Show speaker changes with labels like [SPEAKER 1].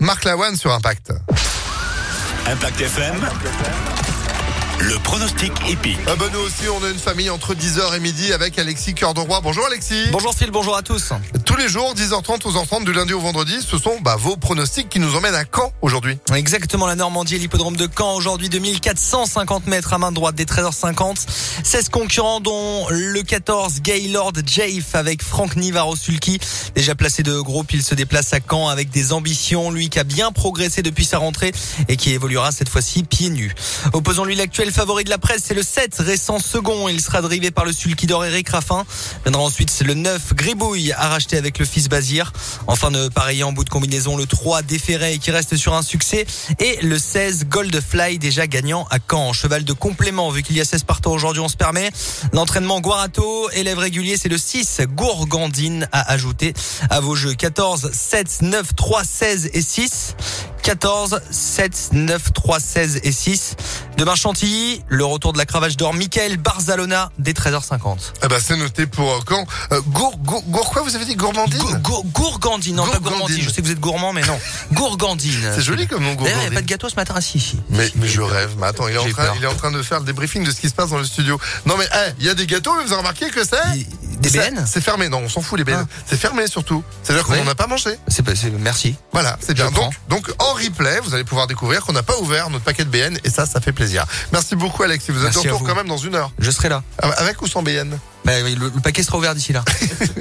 [SPEAKER 1] Marc Lawan sur Impact.
[SPEAKER 2] Impact FM, le pronostic épique.
[SPEAKER 1] Ah bah nous aussi, on a une famille entre 10h et midi avec Alexis Cœur de Roi. Bonjour Alexis.
[SPEAKER 3] Bonjour Phil, bonjour à tous.
[SPEAKER 1] Tous les jours, 10h30, 11h30, du lundi au vendredi, ce sont bah, vos pronostics qui nous emmènent à Caen aujourd'hui.
[SPEAKER 3] Exactement la Normandie et l'hippodrome de Caen. Aujourd'hui, 2450 mètres à main droite des 13h50. 16 concurrents, dont le 14 Gaylord Jafe avec Franck Nivaro-Sulki. Déjà placé de groupe, il se déplace à Caen avec des ambitions. Lui qui a bien progressé depuis sa rentrée et qui évoluera cette fois-ci pieds nus. Opposons-lui l'actuel favori de la presse, c'est le 7, récent second. Il sera drivé par le Sulki d'Or Eric Raffin. Viendra ensuite c'est le 9, Gribouille, à racheter avec le fils Bazir. Enfin, de pareil en bout de combinaison, le 3, Déféré, qui reste sur un succès. Et le 16, Goldfly, déjà gagnant à Caen. Cheval de complément, vu qu'il y a 16 partants aujourd'hui, on se permet. L'entraînement Guarato, élève régulier, c'est le 6, Gourgandine, à ajouter à vos jeux. 14, 7, 9, 3, 16 et 6. 14, 7, 9, 3, 16 et 6. Demain Chantilly, le retour de la cravache d'or, Michael Barzalona, dès 13h50.
[SPEAKER 1] Ah bah c'est noté pour euh, Caen. Euh, gour, gour, gour- quoi vous avez dit Gourmandine
[SPEAKER 3] Gour- gour- gourgandine, non pas
[SPEAKER 1] Gourgandine.
[SPEAKER 3] gourmandine, je sais que vous êtes gourmand, mais non. Gourgandine.
[SPEAKER 1] C'est joli comme nom,
[SPEAKER 3] D'ailleurs, il n'y Eh, a
[SPEAKER 1] Gourmandine.
[SPEAKER 3] pas de gâteau ce matin, Ah, si, si.
[SPEAKER 1] Mais, mais je rêve, mais attends, il est, en
[SPEAKER 3] J'ai
[SPEAKER 1] train,
[SPEAKER 3] peur.
[SPEAKER 1] il est en train de faire le débriefing de ce qui se passe dans le studio. Non mais, eh, il y a des gâteaux, mais vous avez remarqué que c'est
[SPEAKER 3] Des
[SPEAKER 1] C'est-
[SPEAKER 3] BN
[SPEAKER 1] C'est fermé, non, on s'en fout les BN. C'est fermé surtout. C'est-à-dire qu'on
[SPEAKER 3] Oui.
[SPEAKER 1] n'en a pas mangé.
[SPEAKER 3] C'est pas- c'est- Merci.
[SPEAKER 1] Voilà, c'est bien.
[SPEAKER 3] Je prends.
[SPEAKER 1] Donc, donc en replay, vous allez pouvoir découvrir qu'on n'a pas ouvert notre paquet de BN et ça, ça fait plaisir. Merci beaucoup Alexis, vous êtes
[SPEAKER 3] Merci
[SPEAKER 1] de
[SPEAKER 3] à
[SPEAKER 1] retour
[SPEAKER 3] vous.
[SPEAKER 1] quand même dans une heure.
[SPEAKER 3] Je serai là.
[SPEAKER 1] Avec ou sans BN
[SPEAKER 3] Bah, oui, le, le paquet sera ouvert d'ici là.